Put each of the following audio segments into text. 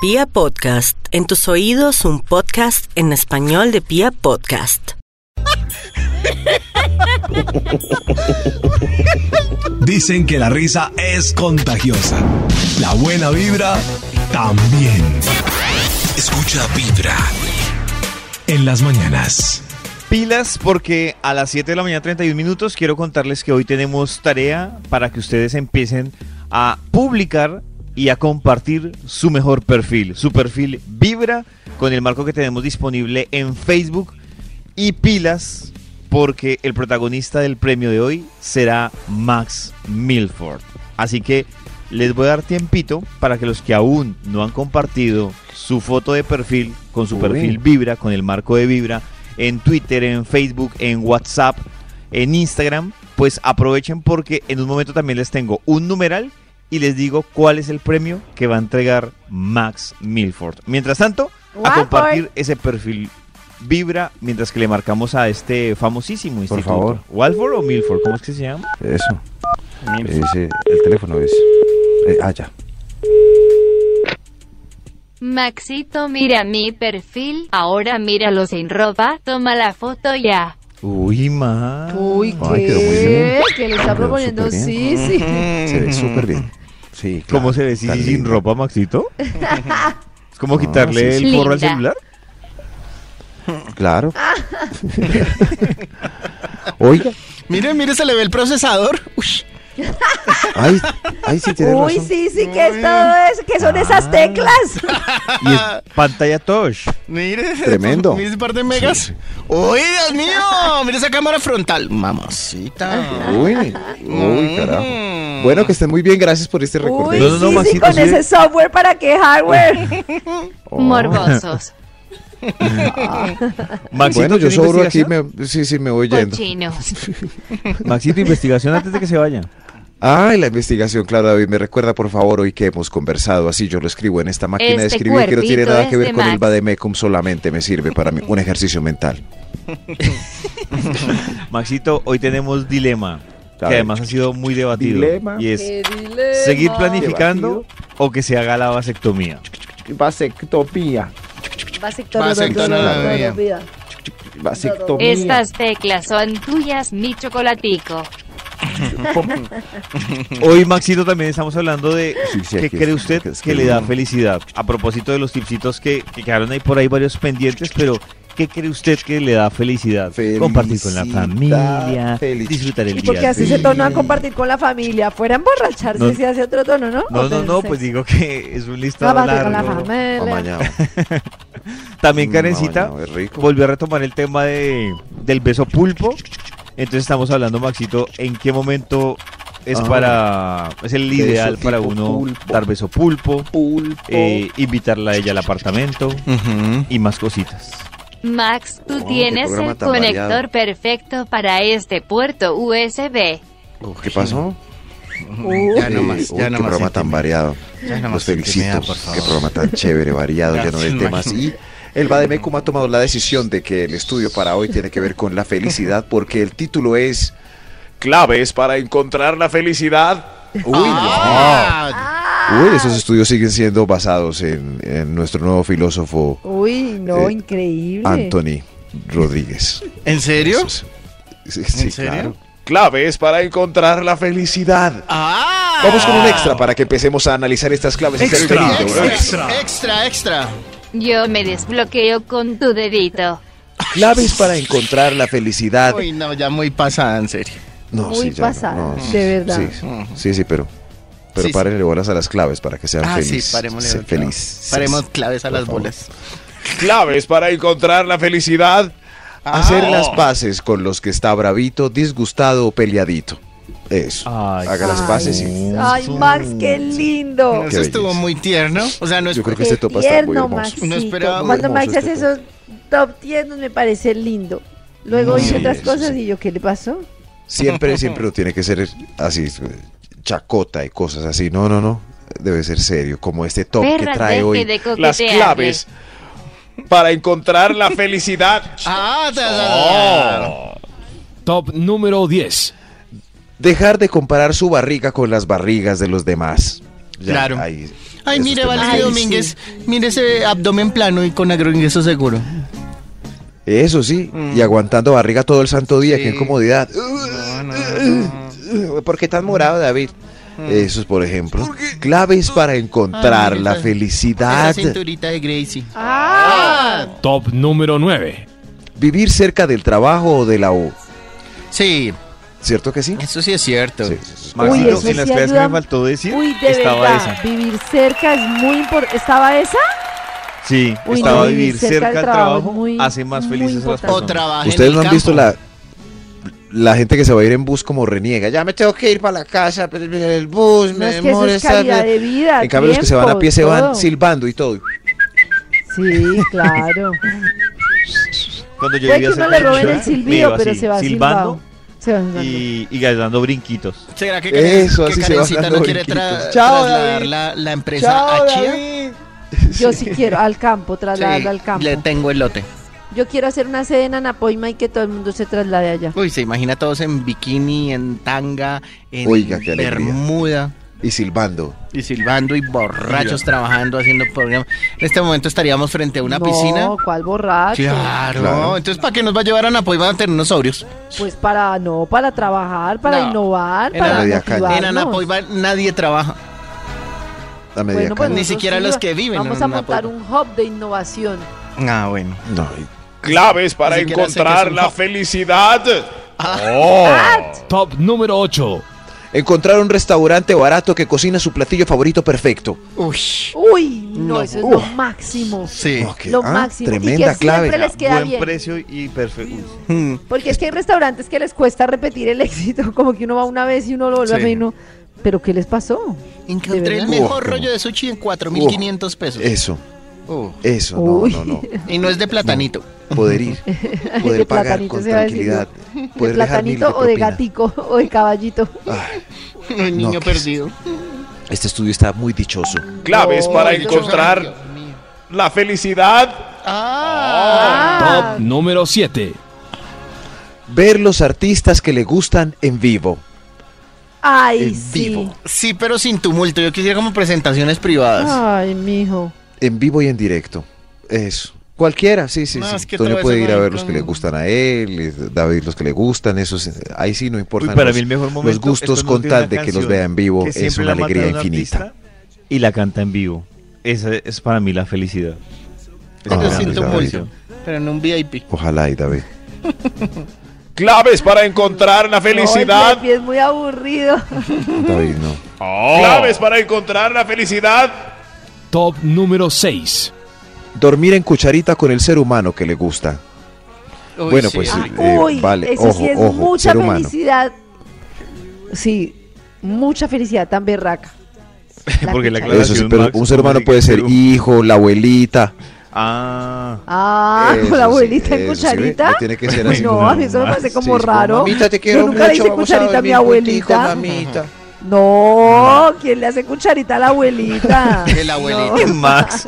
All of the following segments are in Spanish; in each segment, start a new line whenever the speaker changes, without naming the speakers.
Pia Podcast, en tus oídos un podcast en español de Pia Podcast.
Dicen que la risa es contagiosa. La buena vibra también. Escucha Vibra en las mañanas.
Pilas porque a las 7 de la mañana 31 minutos quiero contarles que hoy tenemos tarea para que ustedes empiecen a publicar y a compartir su mejor perfil, su perfil Vibra con el marco que tenemos disponible en Facebook y pilas porque el protagonista del premio de hoy será Max Milford. Así que les voy a dar tiempito para que los que aún no han compartido su foto de perfil con su perfil Vibra, con el marco de Vibra, en Twitter, en Facebook, en WhatsApp, en Instagram, pues aprovechen porque en un momento también les tengo un numeral y les digo cuál es el premio que va a entregar Max Milford. Mientras tanto, a
Guapo.
compartir ese perfil Vibra mientras que le marcamos a este famosísimo instituto.
favor.
¿Walford o Milford? ¿Cómo es que se llama? Eh,
Eso. Ese- el teléfono es. eh, ah, ya.
Maxito, mira mi perfil, ahora míralo sin ropa, toma la foto ya.
Uy, Max.
Uy,
Ay, quedó muy
¿qué?
bien.
Que le está
Quedó
proponiendo
súper
sí, sí.
Se ve súper bien. Sí. claro,
¿Cómo se ve si
tan
sin
lindo.
ropa, Maxito? es como
Ah,
quitarle
sí,
sí.
el forro al
Linda.
celular.
Claro. Oiga.
Mire, mire, se le ve el procesador. Uy,
Ay, ay, sí tiene
Uy,
razón. Ah,
sí, sí, que es todo eso, que son esas teclas.
Y es pantalla touch.
mire.
Tremendo.
Mire ese par de megas. Uy, Dios mío. Mire esa cámara frontal. Mamacita.
Uy, uy, carajo. Bueno, que estén muy bien. Gracias por este recuerdo.
Uy,
No, no, no,
sí, sí,
Maxito,
con
sí.
ese software para que hardware.
Oh.
Morbosos,
Maxito,
Bueno, yo
¿tiene
sobro aquí.
investigación?
me- sí, sí, me voy yendo.
cochinos.
Maxito, investigación antes de que se vaya.
Ay, la investigación, claro, David. Me recuerda, por favor, hoy que hemos conversado. Así yo lo escribo en esta máquina de
Este
escribir que no tiene
cuerpito
nada que
es
ver
de
con el
Max.
Bademecum. Solamente me sirve para mí, un ejercicio mental.
Maxito, hoy tenemos dilema. Que
A ver.
además ha sido muy debatido.
Dilema.
Y es seguir planificando o que se haga la vasectomía.
vasectomía.
Vasectomía.
Vasectomía.
Estas teclas son tuyas, mi chocolatico.
Hoy, Maxito, también estamos hablando de
Sí, sí,
qué
aquí
cree
es-
usted
aquí es
que
que
le
no.
da felicidad. A propósito de los tipsitos que, que quedaron ahí por ahí varios pendientes, pero ¿qué cree usted que le da felicidad? Compartir con la
Felicidad,
familia,
felicidad.
disfrutar el día.
Y porque así
Sí.
se torna a compartir con la familia. Fuera a emborracharse
No.
si hace otro tono, ¿no?
No, no,
O
no,
tener
pues
sexo.
digo que es un listado
Compartir con la
largo.
familia.
Amañado.
También Karencita
Amañado, Mm, es rico.
volvió a retomar el tema de, del beso pulpo. Entonces estamos hablando, Maxito, en qué momento es
Ah.
para es el
Beso
ideal para
tipo
uno
pulpo.
dar beso pulpo,
Pulpo.
eh, invitarla a ella al apartamento
Ujú.
y más cositas.
Max, tú
Oh, qué
tienes
programa
el
tan
conector
variado.
perfecto para este puerto USB.
¿Qué pasó?
Ya
Eh,
no más,
uy,
ya no
qué
más.
programa tan variado.
Ya no
Los
más
felicito.
intimidad, por favor.
Qué programa tan chévere, variado, lleno de
Gracias,
temas. Y el Bademecum ha tomado la decisión de que el estudio para hoy tiene que ver con la felicidad, porque el título es Claves para encontrar la felicidad. Uy,
Ah,
no. Uy, esos estudios siguen siendo basados en, en nuestro nuevo filósofo
Uy, no,
Eh,
increíble.
Anthony Rodríguez.
¿En serio?
Eso es. Sí, sí,
serio?
claro. Claves para encontrar la felicidad.
Ah.
Vamos con un extra para que empecemos a analizar estas claves. Está
Extra,
entretenido, ¿verdad?
extra, extra, extra.
Yo
Ah.
me desbloqueo con tu dedito.
Claves para encontrar la felicidad.
Uy, no, ya muy pasada, en serio.
No,
Muy
ya no,
pasada,
no,
de verdad.
Sí, sí, sí, pero, pero
Sí, sí.
párenle bolas a las claves para que sean
Ah, sí,
felices.
parémosle.
sean
otra.
felices.
Paremos claves a
Por
las
favor.
bolas.
Claves para encontrar la felicidad. Oh.
Ah.
Hacer las paces con los que está bravito, disgustado o peleadito. Eso.
Ay,
Haga las paces y...
Ay, Max, qué lindo.
Qué
Eso estuvo
belleza.
muy tierno. O sea, no es
Yo creo que
Qué
este top está muy
tierno,
hermoso.
Maxito.
No esperaba-
Cuando
Muy
Max
hermoso
hace
este
esos top tiernos me parece lindo. Luego
No,
hice
sí,
otras
eso
cosas
sí.
y yo, ¿qué le pasó?
Siempre, siempre no tiene que ser así, chacota y cosas así. No, no, no. Debe ser serio, como este top que
Perra,
trae
deje
hoy.
de coquetearle.
para encontrar la felicidad.
Ah, ta, ta, ta, ta.
Top número 10.
Dejar de comparar su barriga con las barrigas de los demás. Ya,
Claro.
ahí-
Ay,
Eso
mire,
es
Valeria
penal.
Domínguez, mire ese abdomen plano y con agroingreso seguro.
Eso sí,
Mm.
y aguantando barriga todo el santo día, qué incomodidad. ¿Por qué tan morado, David? Esos, por ejemplo, claves para encontrar
Mm. Ay,
la
esa-
felicidad.
Esa cinturita de Gracie.
Ah.
Top número 9.
Vivir cerca del trabajo o de la U.
Sí,
¿Cierto que sí?
eso sí es cierto.
Sí, sí, sí.
Uy,
Maxito,
eso
en las
sí
clases que
ayuda.
me faltó decir,
Uy, de
estaba
verdad,
esa.
vivir cerca es muy importante. ¿Estaba esa?
Sí,
Uy,
estaba
no,
vivir cerca del trabajo,
es muy-
hace más
muy
felices a las
importante.
O
personas.
trabaja en
Ustedes
el
no han
campo.
visto la, la gente que se va a ir en bus como reniega. Ya me tengo que ir para la casa, pero el bus,
No
me
es que eso
demora
es calidad de vida.
En cambio, los que se van a
tiempo,
pie se van
todo.
silbando y todo.
Sí, claro.
Cuando yo
Puede
vivía
que uno
cerca
le
de
roben el
Michoacán, me
silbido,
iba
pero
así,
se va silbando.
silbando
Se va silbando.
y, y dando brinquitos.
¿Será que, Karen-
Eso,
que
así se va
Karencita
dando
no quiere
brinquitos.
tra-
Chao,
trasladar
David.
la, la empresa a Chía?
Yo sí quiero, al campo,
Sí,
trasladarlo al campo.
le tengo el lote.
Yo quiero hacer una sede en Anapoima y que todo el mundo se traslade allá.
Uy, se imagina todos en bikini, en tanga, en
Oiga, qué alegría.
bermuda.
Y silbando.
Y silbando y borrachos trabajando, haciendo programas. En este momento estaríamos frente a una
no,
piscina.
¿Cuál borracho?
Claro.
Claro.
Entonces, ¿para qué nos va a llevar a Anapoima a tener sobrios?
Pues para no, para trabajar, para
No.
innovar,
En pues,
para
la media calle.
motivarnos.
En Anapoima nadie trabaja.
La media
Bueno, pues
calle.
Ni
nosotros
siquiera
sí
los
va-
que viven pues.
Vamos
en
a montar
Anapoima.
un hub de innovación.
Ah, bueno.
No, y-
Claves para
Ni siquiera sé qué es
encontrar
un
la
hub.
felicidad.
Top número 8.
Encontrar un restaurante barato que cocina su platillo favorito perfecto.
Uy.
Uy, no,
No.
eso es lo
Uf.
máximo.
Sí.
No, que-
Lo
ah,
máximo. y
Tremenda
que siempre
clave.
les queda
Buen
bien.
precio y perfecto.
Mm.
Porque es que hay restaurantes que les cuesta repetir el éxito, como que uno va una vez y uno lo vuelve a
Sí.
ver y uno, ¿pero qué les pasó? ¿De
Encontré el
verdad?
mejor
Ujú.
rollo de sushi en 4500 pesos.
Eso,
Uh.
eso,
Uy.
no, no,
Y no es de platanito.
no. Poder ir,
De
poder pagar
platanito
con
se va a decir,
tranquilidad.
¿De
Poder dejar mil
platanito o de
propina.
gatico o de caballito?
Ay,
Un niño
No, que-
perdido.
este estudio está muy dichoso.
Claves
Oh,
para
Dios
encontrar
Dios mío.
la felicidad.
Ah.
Top número 7.
Ver los artistas que le gustan en vivo.
Ay,
en
sí.
vivo.
Sí, pero sin tumulto. Yo quisiera como presentaciones privadas.
Ay, mijo.
En vivo y en directo. Eso. Cualquiera, sí, sí,
No,
sí.
es que
Toño
todo
puede
eso
ir
no
a
hay
ver los que
con-
le gustan a él, eh, David los que le gustan, esos, eh, ahí sí no
Uy,
importa.
para mí el mejor momento
los gustos
es cuando
con
tiene
tal
una
de que los
canción
vea en vivo
que
es
siempre
una
la manda
alegría
un
infinita.
artista Y la canta en vivo. Esa es para mí la felicidad.
Pero
Ah,
sin
mira,
tumulto.
David.
Pero en un VIP.
Ojalá y David.
Claves para encontrar la
No,
felicidad.
el VIP es muy aburrido.
David no.
Oh. Claves para encontrar la felicidad.
Top número 6.
Dormir en cucharita con el ser humano que le gusta.
Uy,
bueno,
sí.
pues
Ah,
eh, eh,
Uy,
vale,
eso
ojo,
sí es
ojo,
mucha
ser humano.
felicidad. Sí, mucha felicidad tan berraca.
Porque la
cuchara.
clave-
Eso sí,
Relación,
pero
Max,
un ser
como
humano
de-
puede ser
pero-
hijo, la abuelita.
Ah,
Ah,
Eso
la
sí,
abuelita en
eso sí, ¿ve?
cucharita.
no tiene que ser así.
No, a mí eso me parece como
Ah, Sí,
raro.
"Mamita, te
Yo
quiero
nunca le
mucho,
hice
vamos a
cucharita a mi
dormir juntico, Ah.
abuelita.
mamita.
No, ¿quién le hace cucharita a la abuelita?
Que la abuelita.
No.
Max.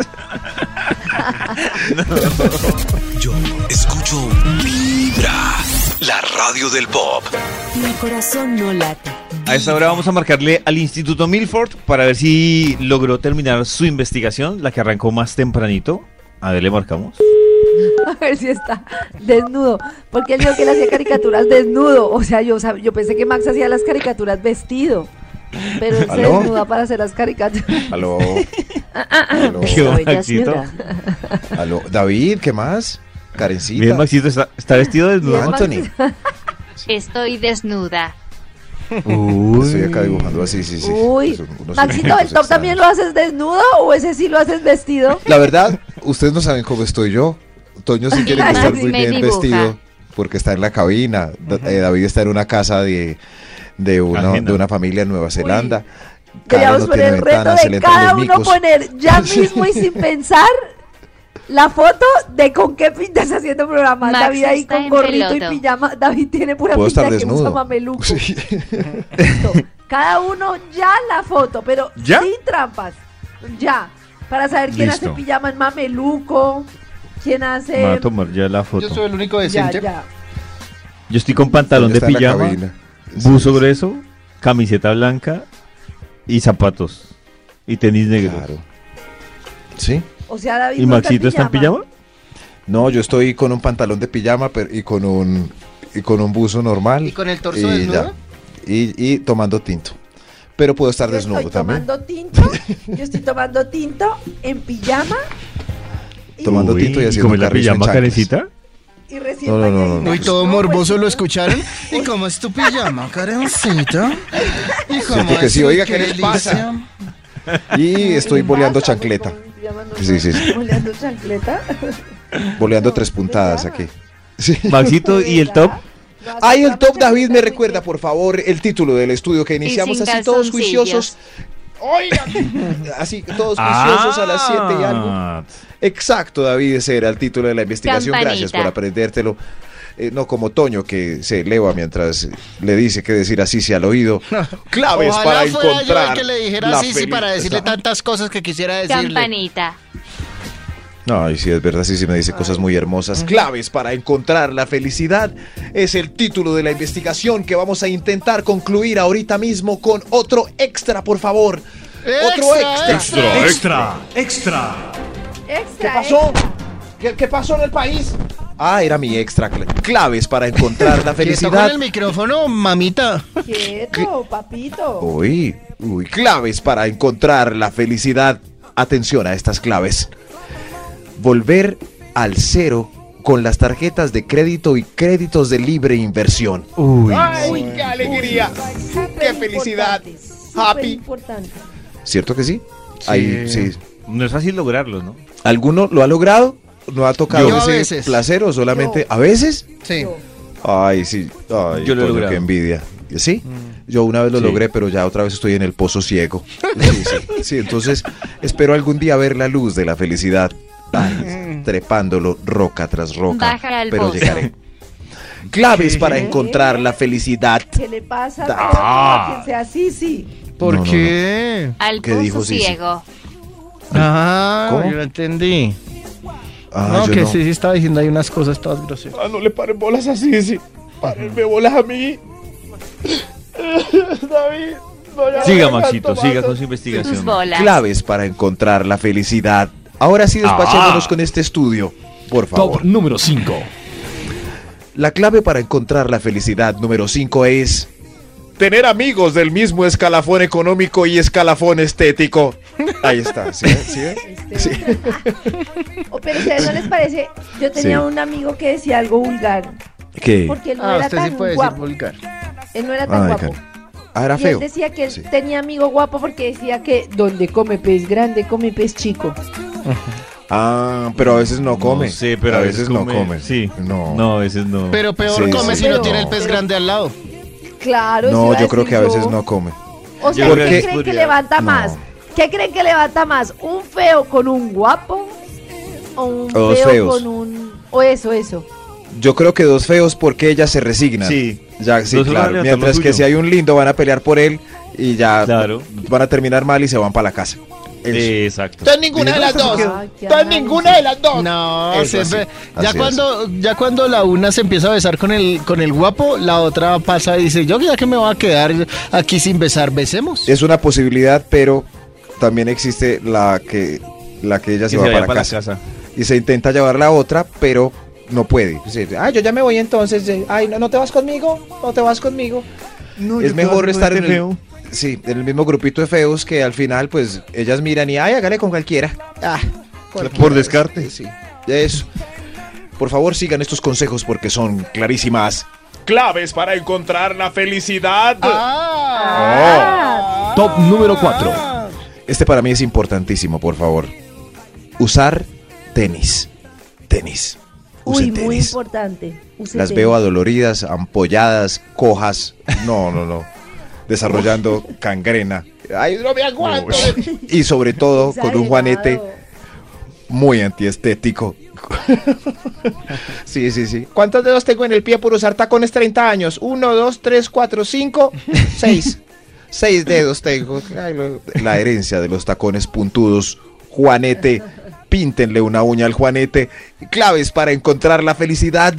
Yo escucho Vibra, la radio del pop.
Mi corazón no late.
A esta hora vamos a marcarle al Instituto Milford para ver si logró terminar su investigación, la que arrancó más tempranito. A ver, le marcamos.
A ver si está desnudo. Porque él dijo que él hacía caricaturas desnudo. O sea, yo, sab- yo pensé que Max hacía las caricaturas vestido. Pero él se
¿Aló?
desnuda para hacer las caricaturas.
Aló. Aló.
Qué Maxito.
Aló. David, ¿qué más? Karencita.
Bien, Maxito, está, está vestido
Bien,
desnudo.
Max.
Anthony.
Estoy desnuda.
Estoy acá dibujando así, sí, pues, sí.
Uy.
Son unos
Maxito, ¿el
elementos
top también lo
extraños.
haces desnudo o ese sí lo haces vestido?
La verdad, ustedes no saben cómo estoy yo. Toño sí tiene que
Max
estar muy
me
bien
dibuja.
vestido porque está en la cabina. Da- eh, David está en una casa de, de, una,
Ajena.
de una familia en Nueva Zelanda. Caro
Deberíamos
no
poner
tiene
el reto
ventanas, se le
de
entran
cada
los
uno
micos.
poner ya mismo y sin pensar la foto de con qué pintas haciendo programa.
Max
David ahí
está
con
en
gorrito y
peloto.
pijama. David tiene pura
Puedo
pinta
estar
que usa
desnudo.
mameluco.
Sí.
Listo. Cada uno ya la foto, pero
¿Ya?
sin trampas. Ya. Para saber quién
Listo.
hace pijama en mameluco, quién hace.
Voy a tomar ya la foto.
Yo soy el único
ya,
decente.
ya.
Yo estoy con pantalón de
Está en la
pijama,
cabina.
buzo grueso, camiseta blanca y zapatos y tenis negros.
Claro. ¿Sí?
O sea, David.
¿Y
no
Maxito está en pijama?
No, yo estoy con un pantalón de pijama pero- y con un y con un buzo normal.
¿Y con el torso
y ya.
desnudo?
Y, y tomando tinto. Pero puedo estar
Yo
desnudo
estoy
también.
tomando tinto. Yo estoy tomando tinto en pijama
Tomando
Uy,
tinto y haciendo
¿Como la
carrizo en
pijama
chanclas.
carecita?
y recién
No, no, no, no,
bañadita.
no.
Uy, todo
No,
morboso,
pues,
¿lo escucharon? ¿Y cómo es tu pijama, Karencita? ¿Y cómo
Siento que
es
sí,
tu
oiga, ¿qué les pasa?
delicia?
Y estoy
¿qué
boleando
pasa? Pues,
chancleta.
¿cómo se llama? No,
Sí, sí, sí.
no, ¿Boleando chancleta?
Boleando
No,
tres
de
puntadas
verdad.
aquí. Sí.
Maxito, ¿y el top?
Ay, el top David me recuerda, por favor, el título del estudio que iniciamos
sin
así todos
calzoncillos.
juiciosos. Oigan, así todos juiciosos a las 7 y algo.
Ah,
Exacto, David, ese era el título de la investigación. Gracias
Campanita.
por aprendértelo. Eh, no como Toño que se eleva mientras le dice que decir así se al oído. Claves
Ojalá
para
fuera
encontrar.
yo el que le dijera
la
así, sí, para decirle
felicidad.
tantas cosas que quisiera decirle.
Campanita.
Ay, sí, es verdad, sí, sí me dice cosas muy hermosas. Claves para encontrar la felicidad es el título de la investigación que vamos a intentar concluir ahorita mismo con otro extra, por favor. Otro extra.
extra.
Extra,
pasó? ¿Qué, qué pasó en el país? Ah, era mi extra. cla- Claves para encontrar la
Quieto con
felicidad.
el micrófono, mamita.
extra. Quieto, papito.
Uy, uy, claves para encontrar la felicidad. Atención a estas claves. Volver al cero con las tarjetas de crédito y créditos de libre inversión.
Uy.
¡Ay, qué alegría! ¡Qué felicidad! Happy.
Importante.
¿Cierto que sí? Ahí, sí.
No es fácil lograrlo, ¿no?
¿Alguno lo ha logrado? ¿No ha tocado
Yo a
ese
veces.
placer o solamente a veces?
Sí.
Ay, sí. Ay,
Yo lo he
Toño,
logrado.
Qué envidia. ¿Sí? Yo una vez lo
Sí.
logré, pero ya otra vez estoy en el pozo ciego. Sí, sí, sí, entonces espero algún día ver la luz de la felicidad. Ay, trepándolo roca tras roca.
Baja al
pero
pozo.
llegaré. Claves para encontrar la felicidad.
¿Qué le pasa Toño,
Ah.
a quien sea así, sí?
¿Por
No, no,
qué?
Al
¿Qué
pozo
dijo Sisi?
ciego.
Ah,
¿Cómo?
yo entendí.
Ah,
no,
yo
que
no.
sí, sí estaba diciendo ahí unas cosas todas groseras.
Ah, no le paren bolas así, sí. Párenme bolas a mí. David, no, ya
Siga,
no me
Maxito,
aguanto
siga
más.
con su
Tus
investigación.
pues,
bolas.
Claves para encontrar la felicidad. Ahora sí, despachémonos
Ah.
con este estudio. Por favor.
Top número 5.
La clave para encontrar la felicidad número 5 es.
Tener amigos del mismo escalafón económico y escalafón estético.
Ahí está. ¿sí ve? ¿Sí ve?
Este otro. Oh, pero a ustedes no les parece, yo tenía
Sí.
un amigo que decía algo vulgar,
¿Qué?
porque él no
Ah,
era
usted sí
tan
puede decir
guapo.
vulgar.
Él no era tan
Ay,
guapo.
Karen. Ah, era
Y él
feo.
decía que él
Sí.
tenía amigo guapo porque decía que donde come pez grande, come pez chico.
Ah, pero a veces no come.
No sé, pero a veces
no
come,
come.
sí.
No.
No, a veces no.
Pero peor
Sí,
come
sí,
si no
pero-
tiene el pez
pero-
grande al lado.
Claro, eso
No,
iba
yo creo
decir
que a veces
yo.
no come.
O sea,
Yo
¿qué
creo que-
creen que levanta
No.
más? ¿Qué creen que levanta más? ¿Un feo con un guapo? ¿O un
O dos
feo
feos.
con un.? O eso, eso.
Yo creo que dos feos porque ellas se resignan.
Sí.
Ya, sí,
Dos van a
claro.
levantar
Mientras
lo
que
suyo.
si hay un lindo van a pelear por él y ya
Claro.
van a terminar mal y se van para la casa. Eso.
Eh, Exacto.
ninguna
de las
dos. Entonces, ninguna
de las dos.
No,
Eso
siempre-
sí,
ya
así,
cuando ya cuando la una se empieza a besar con el con el guapo, la otra pasa y dice, "Yo ya que me voy a quedar aquí sin besar, besemos."
Es una posibilidad, pero también existe la que la que ella se,
Que
va
se vaya
para,
para la
casa.
casa.
y se intenta llevar la otra, pero no puede. Sí, ah, yo ya me voy entonces. eh, Ay, no, no te vas conmigo, no te vas conmigo. es mejor estar en el, sí, en el mismo grupito de feos que al final, pues, ellas miran y, ay, hágale con cualquiera. Ah,
Por descarte.
Sí, eso. Por favor, sigan estos consejos porque son clarísimas.
Claves para encontrar la felicidad.
Top número 4.
Este para mí es importantísimo, por favor. Usar tenis. Tenis. Usen
Uy, muy
tenis.
importante. Use
Las
tenis.
veo adoloridas, ampolladas, cojas. No, no, no. Desarrollando cangrena. Ay, no me aguanto. Y sobre todo con
Exagerado.
un juanete muy antiestético. Sí, sí, sí. ¿Cuántos dedos tengo en el pie por usar tacones 30 años? Uno, dos, tres, cuatro, cinco, seis. Seis dedos tengo. Ay, lo- La herencia de los tacones puntudos. Juanete, píntenle una uña al Juanete. Claves para encontrar la felicidad.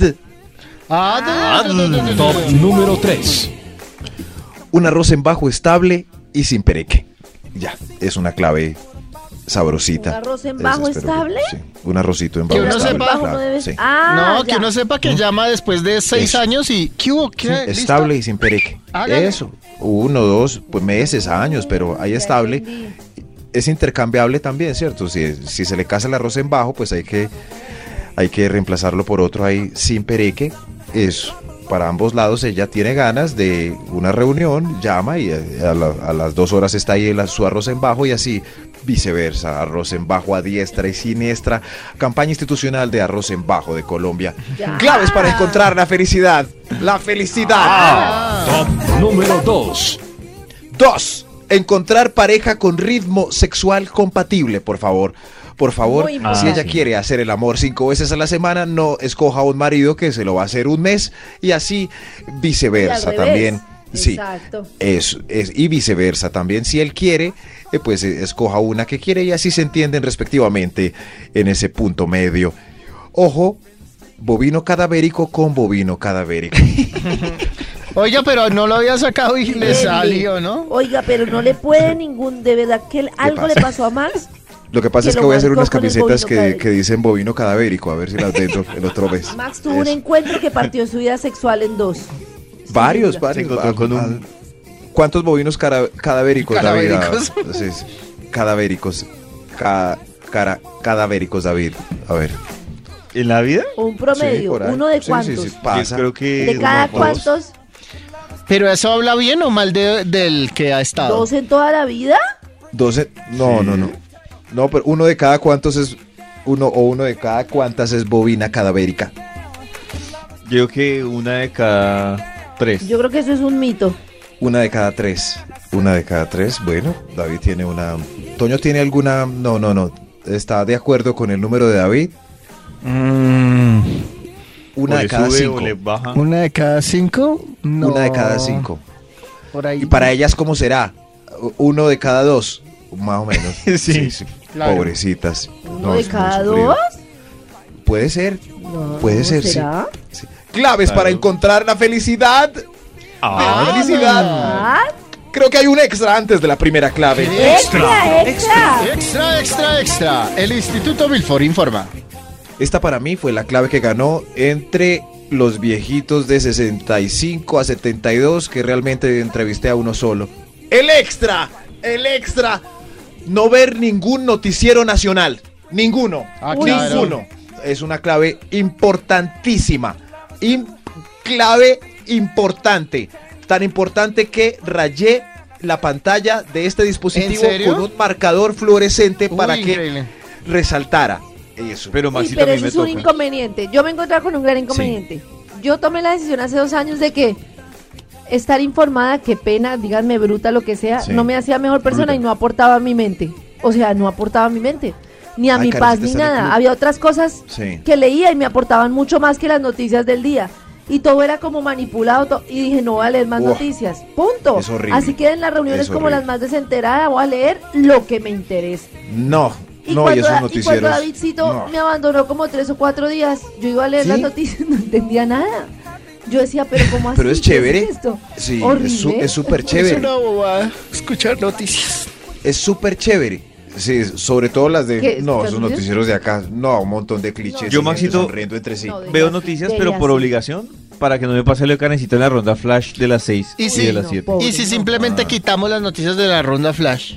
Ah, no, no, no, no, no.
Top número 3.
Un arroz en bajo estable y sin pereque. Ya, es una clave sabrosita.
¿Un arroz en bajo
espero yo,
estable?
sí. Un arrocito en
Que
bajo
uno
estable.
sepa-
claro,
Bajo no debe-
sí.
Ah,
No, que
ya.
uno sepa que llama después de seis
Eso.
años y ¿qué hubo? ¿Qué?
Sí,
¿Listo?
estable y sin pereque.
Hágale.
Eso. Uno, dos, pues meses, años, pero ahí estable. Es intercambiable también, ¿cierto? Si, si se le casa el arroz en bajo, pues hay que, hay que reemplazarlo por otro ahí sin pereque. Eso. Para ambos lados ella tiene ganas de una reunión, llama y a, a la- a las dos horas está ahí el- su arroz en bajo y así viceversa, arroz en bajo a diestra y siniestra, campaña institucional de arroz en bajo de Colombia.
Ya.
Claves para encontrar la felicidad, la felicidad.
Ah.
Número 2.
Dos, encontrar pareja con ritmo sexual compatible, por favor. Por favor,
Muy
si ella
importante.
quiere hacer el amor cinco veces a la semana, no escoja un marido que se lo va a hacer un mes y así
Y al
viceversa
revés.
también. Sí,
Exacto.
es, es- y viceversa también. Si él quiere, eh, pues eh, escoja una que quiere y así se entienden respectivamente en ese punto medio. Ojo, bovino cadavérico con bovino cadavérico.
Oiga, pero no lo había sacado y le
Henry,
salió, ¿no?
Oiga, pero no le puede ningún, de verdad que él- algo le
pasa?
pasó a Max.
Lo que pasa
Que
es que
lo
voy a hacer
marcó
unas
con el
camisetas
bovino
que,
cadavérico.
que dicen bovino cadavérico, a ver si las vendo el otro mes.
Max tuvo un
Eso.
encuentro que partió su vida sexual en dos.
Varios,
Se
varios.
encontró
va-
con un-
ah, ¿Cuántos bovinos cara- cadavéricos, David? Ah,
Cadavéricos.
sí, sí. cadavéricos. Ca- cara- cadavéricos, David. A ver.
¿En la vida?
Un
Sí,
promedio,
por ahí.
uno de
Sí,
cuántos.
Sí, sí, pasa.
Yo creo que
¿De cada
uno o dos.
cuántos?
Pero eso habla bien o mal de- del que ha estado.
¿Dos en toda la vida?
Doce- No, no, no. No, pero uno de cada cuántos es. Uno o uno de cada cuántas es bovina cadavérica.
Yo creo que una de cada tres.
Yo creo que eso es un mito.
Una de cada tres. Una de cada tres. Bueno, David tiene una. Toño tiene alguna. No, no, no. Está de acuerdo con el número de David. Una
O
de
le
cada
sube
cinco.
o le baja.
¿Una de cada cinco? No.
Una de cada cinco.
Por ahí.
¿Y para ellas cómo será? U- Uno de cada dos. Más o menos.
Sí.
Claro.
Pobrecitas.
¿Uno
No,
de
es muy
cada
sufrido.
dos?
Puede ser.
No,
Puede ser, sí.
¿será?
Claves para encontrar la felicidad.
Ah,
La felicidad.
Ah, ¿Eh?
Creo que hay un extra antes de la primera clave.
extra, extra.
Extra, extra, extra. El Instituto Milford informa.
Esta para mí fue la clave que ganó entre los viejitos de 65 a 72 que realmente entrevisté a uno solo. El extra, el extra. No ver ningún noticiero nacional. Ninguno.
Ah, claro.
Ninguno. Es una clave importantísima. Im- clave importante. Tan importante que rayé la pantalla de este dispositivo
serio?
con un marcador fluorescente para
Uy,
que
increíble.
resaltara. Eso.
Pero
Uy,
Maxito
pero
a mí
eso
me
es un
toca.
inconveniente. Yo me he encontrado con un gran inconveniente. Yo tomé la decisión hace dos años de que estar informada, qué pena, díganme bruta, lo que sea,
Sí.
no me hacía mejor persona y no aportaba a mi mente. O sea, no aportaba a mi mente. Ni a
Ay,
mi
Karencita,
paz ni
está en el
nada.
club.
Había otras cosas
Sí.
que leía y me aportaban mucho más que las noticias del día. Y todo era como manipulado to- y dije, no voy a leer más
Uf,
noticias. Punto.
es horrible.
Así que en las reuniones
Es
como las
horrible.
más desenterada voy a leer lo que me interesa.
No,
Y,
no, y
cuando, Da-
esos
y cuando
noticieros.
Davidcito
no.
me abandonó como tres o cuatro días, yo iba a leer
¿Sí?
las noticias, no entendía nada. Yo decía, pero ¿cómo así?
Pero es
¿Qué
chévere.
esto?
Sí,
Horrible.
es su- es súper chévere.
bobada escuchar noticias.
Es súper chévere. Sí, sobre todo las de.
¿Qué?
No, esos
¿Cartulios?
noticieros de acá. No, un montón de clichés.
No,
y
Yo,
gente
Maxito,
Sonriendo entre sí.
No, de-
Veo
Debería
noticias,
ser.
pero por
Debería ser.
obligación, para que no me pase lo de canecita en la ronda flash de las 6
Y
y,
sí,
de las
no,
7.
pobre.
Y si simplemente quitamos las noticias de la ronda flash,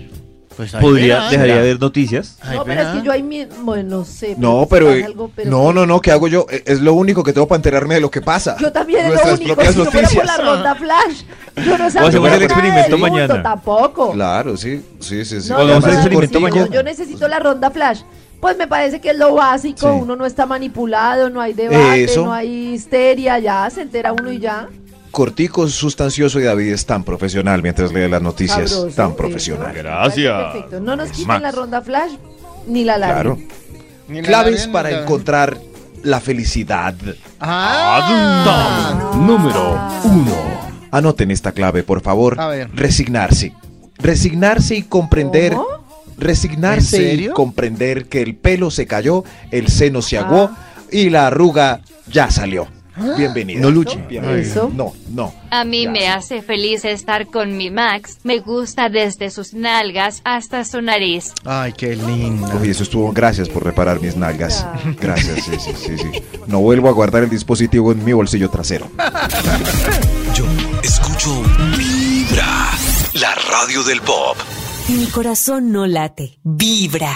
pues ahí
Podría,
verán.
dejaría de ver noticias.
Ahí
no, pero es
verán.
que yo ahí mi- bueno, no sé.
No,
si
pero, eh,
pasa algo, pero-
No, no, no, ¿qué hago yo? E- Es lo único que tengo para enterarme de lo que pasa.
Yo también es lo
Nuestras
único,
propias
si no fuera por la
noticias.
ronda flash, yo no sabía
hacemos
nada
el
del
experimento
mundo
mañana.
Tampoco.
Claro, sí, sí, sí. sí.
Cuando
No, no,
vamos a
no,
hacer experimento
no,
mañana.
Yo necesito la ronda flash. Pues me parece que es lo básico,
Sí.
uno no está manipulado, no hay debate,
Eso.
no hay histeria, ya se entera uno y ya.
Cortico, sustancioso y David es tan profesional mientras lee las noticias.
Sabroso,
tan
sí,
profesional.
¿no?
Gracias.
Perfecto. No nos quiten
Max.
la ronda flash ni la larga.
Claro.
Ni la
Claves
labia, ni
para
la-
encontrar la felicidad.
Ah,
Número 1.
Anoten esta clave, por favor.
A ver.
Resignarse. Resignarse y comprender.
¿Cómo?
Resignarse
¿En
y
serio? Ah.
comprender que el pelo se cayó, el seno se aguó y la arruga ya salió. Bienvenida.
No luche.
Bienvenida.
Eso.
No, no.
A mí me hace feliz estar con mi Max, me gusta desde sus nalgas hasta su nariz.
Ay, qué lindo.
Oye, eso estuvo. Gracias por reparar mis nalgas. Gracias, sí, sí, sí, sí. No vuelvo a guardar el dispositivo en mi bolsillo trasero.
Yo escucho Vibra, la radio del pop.
Mi corazón no late, vibra.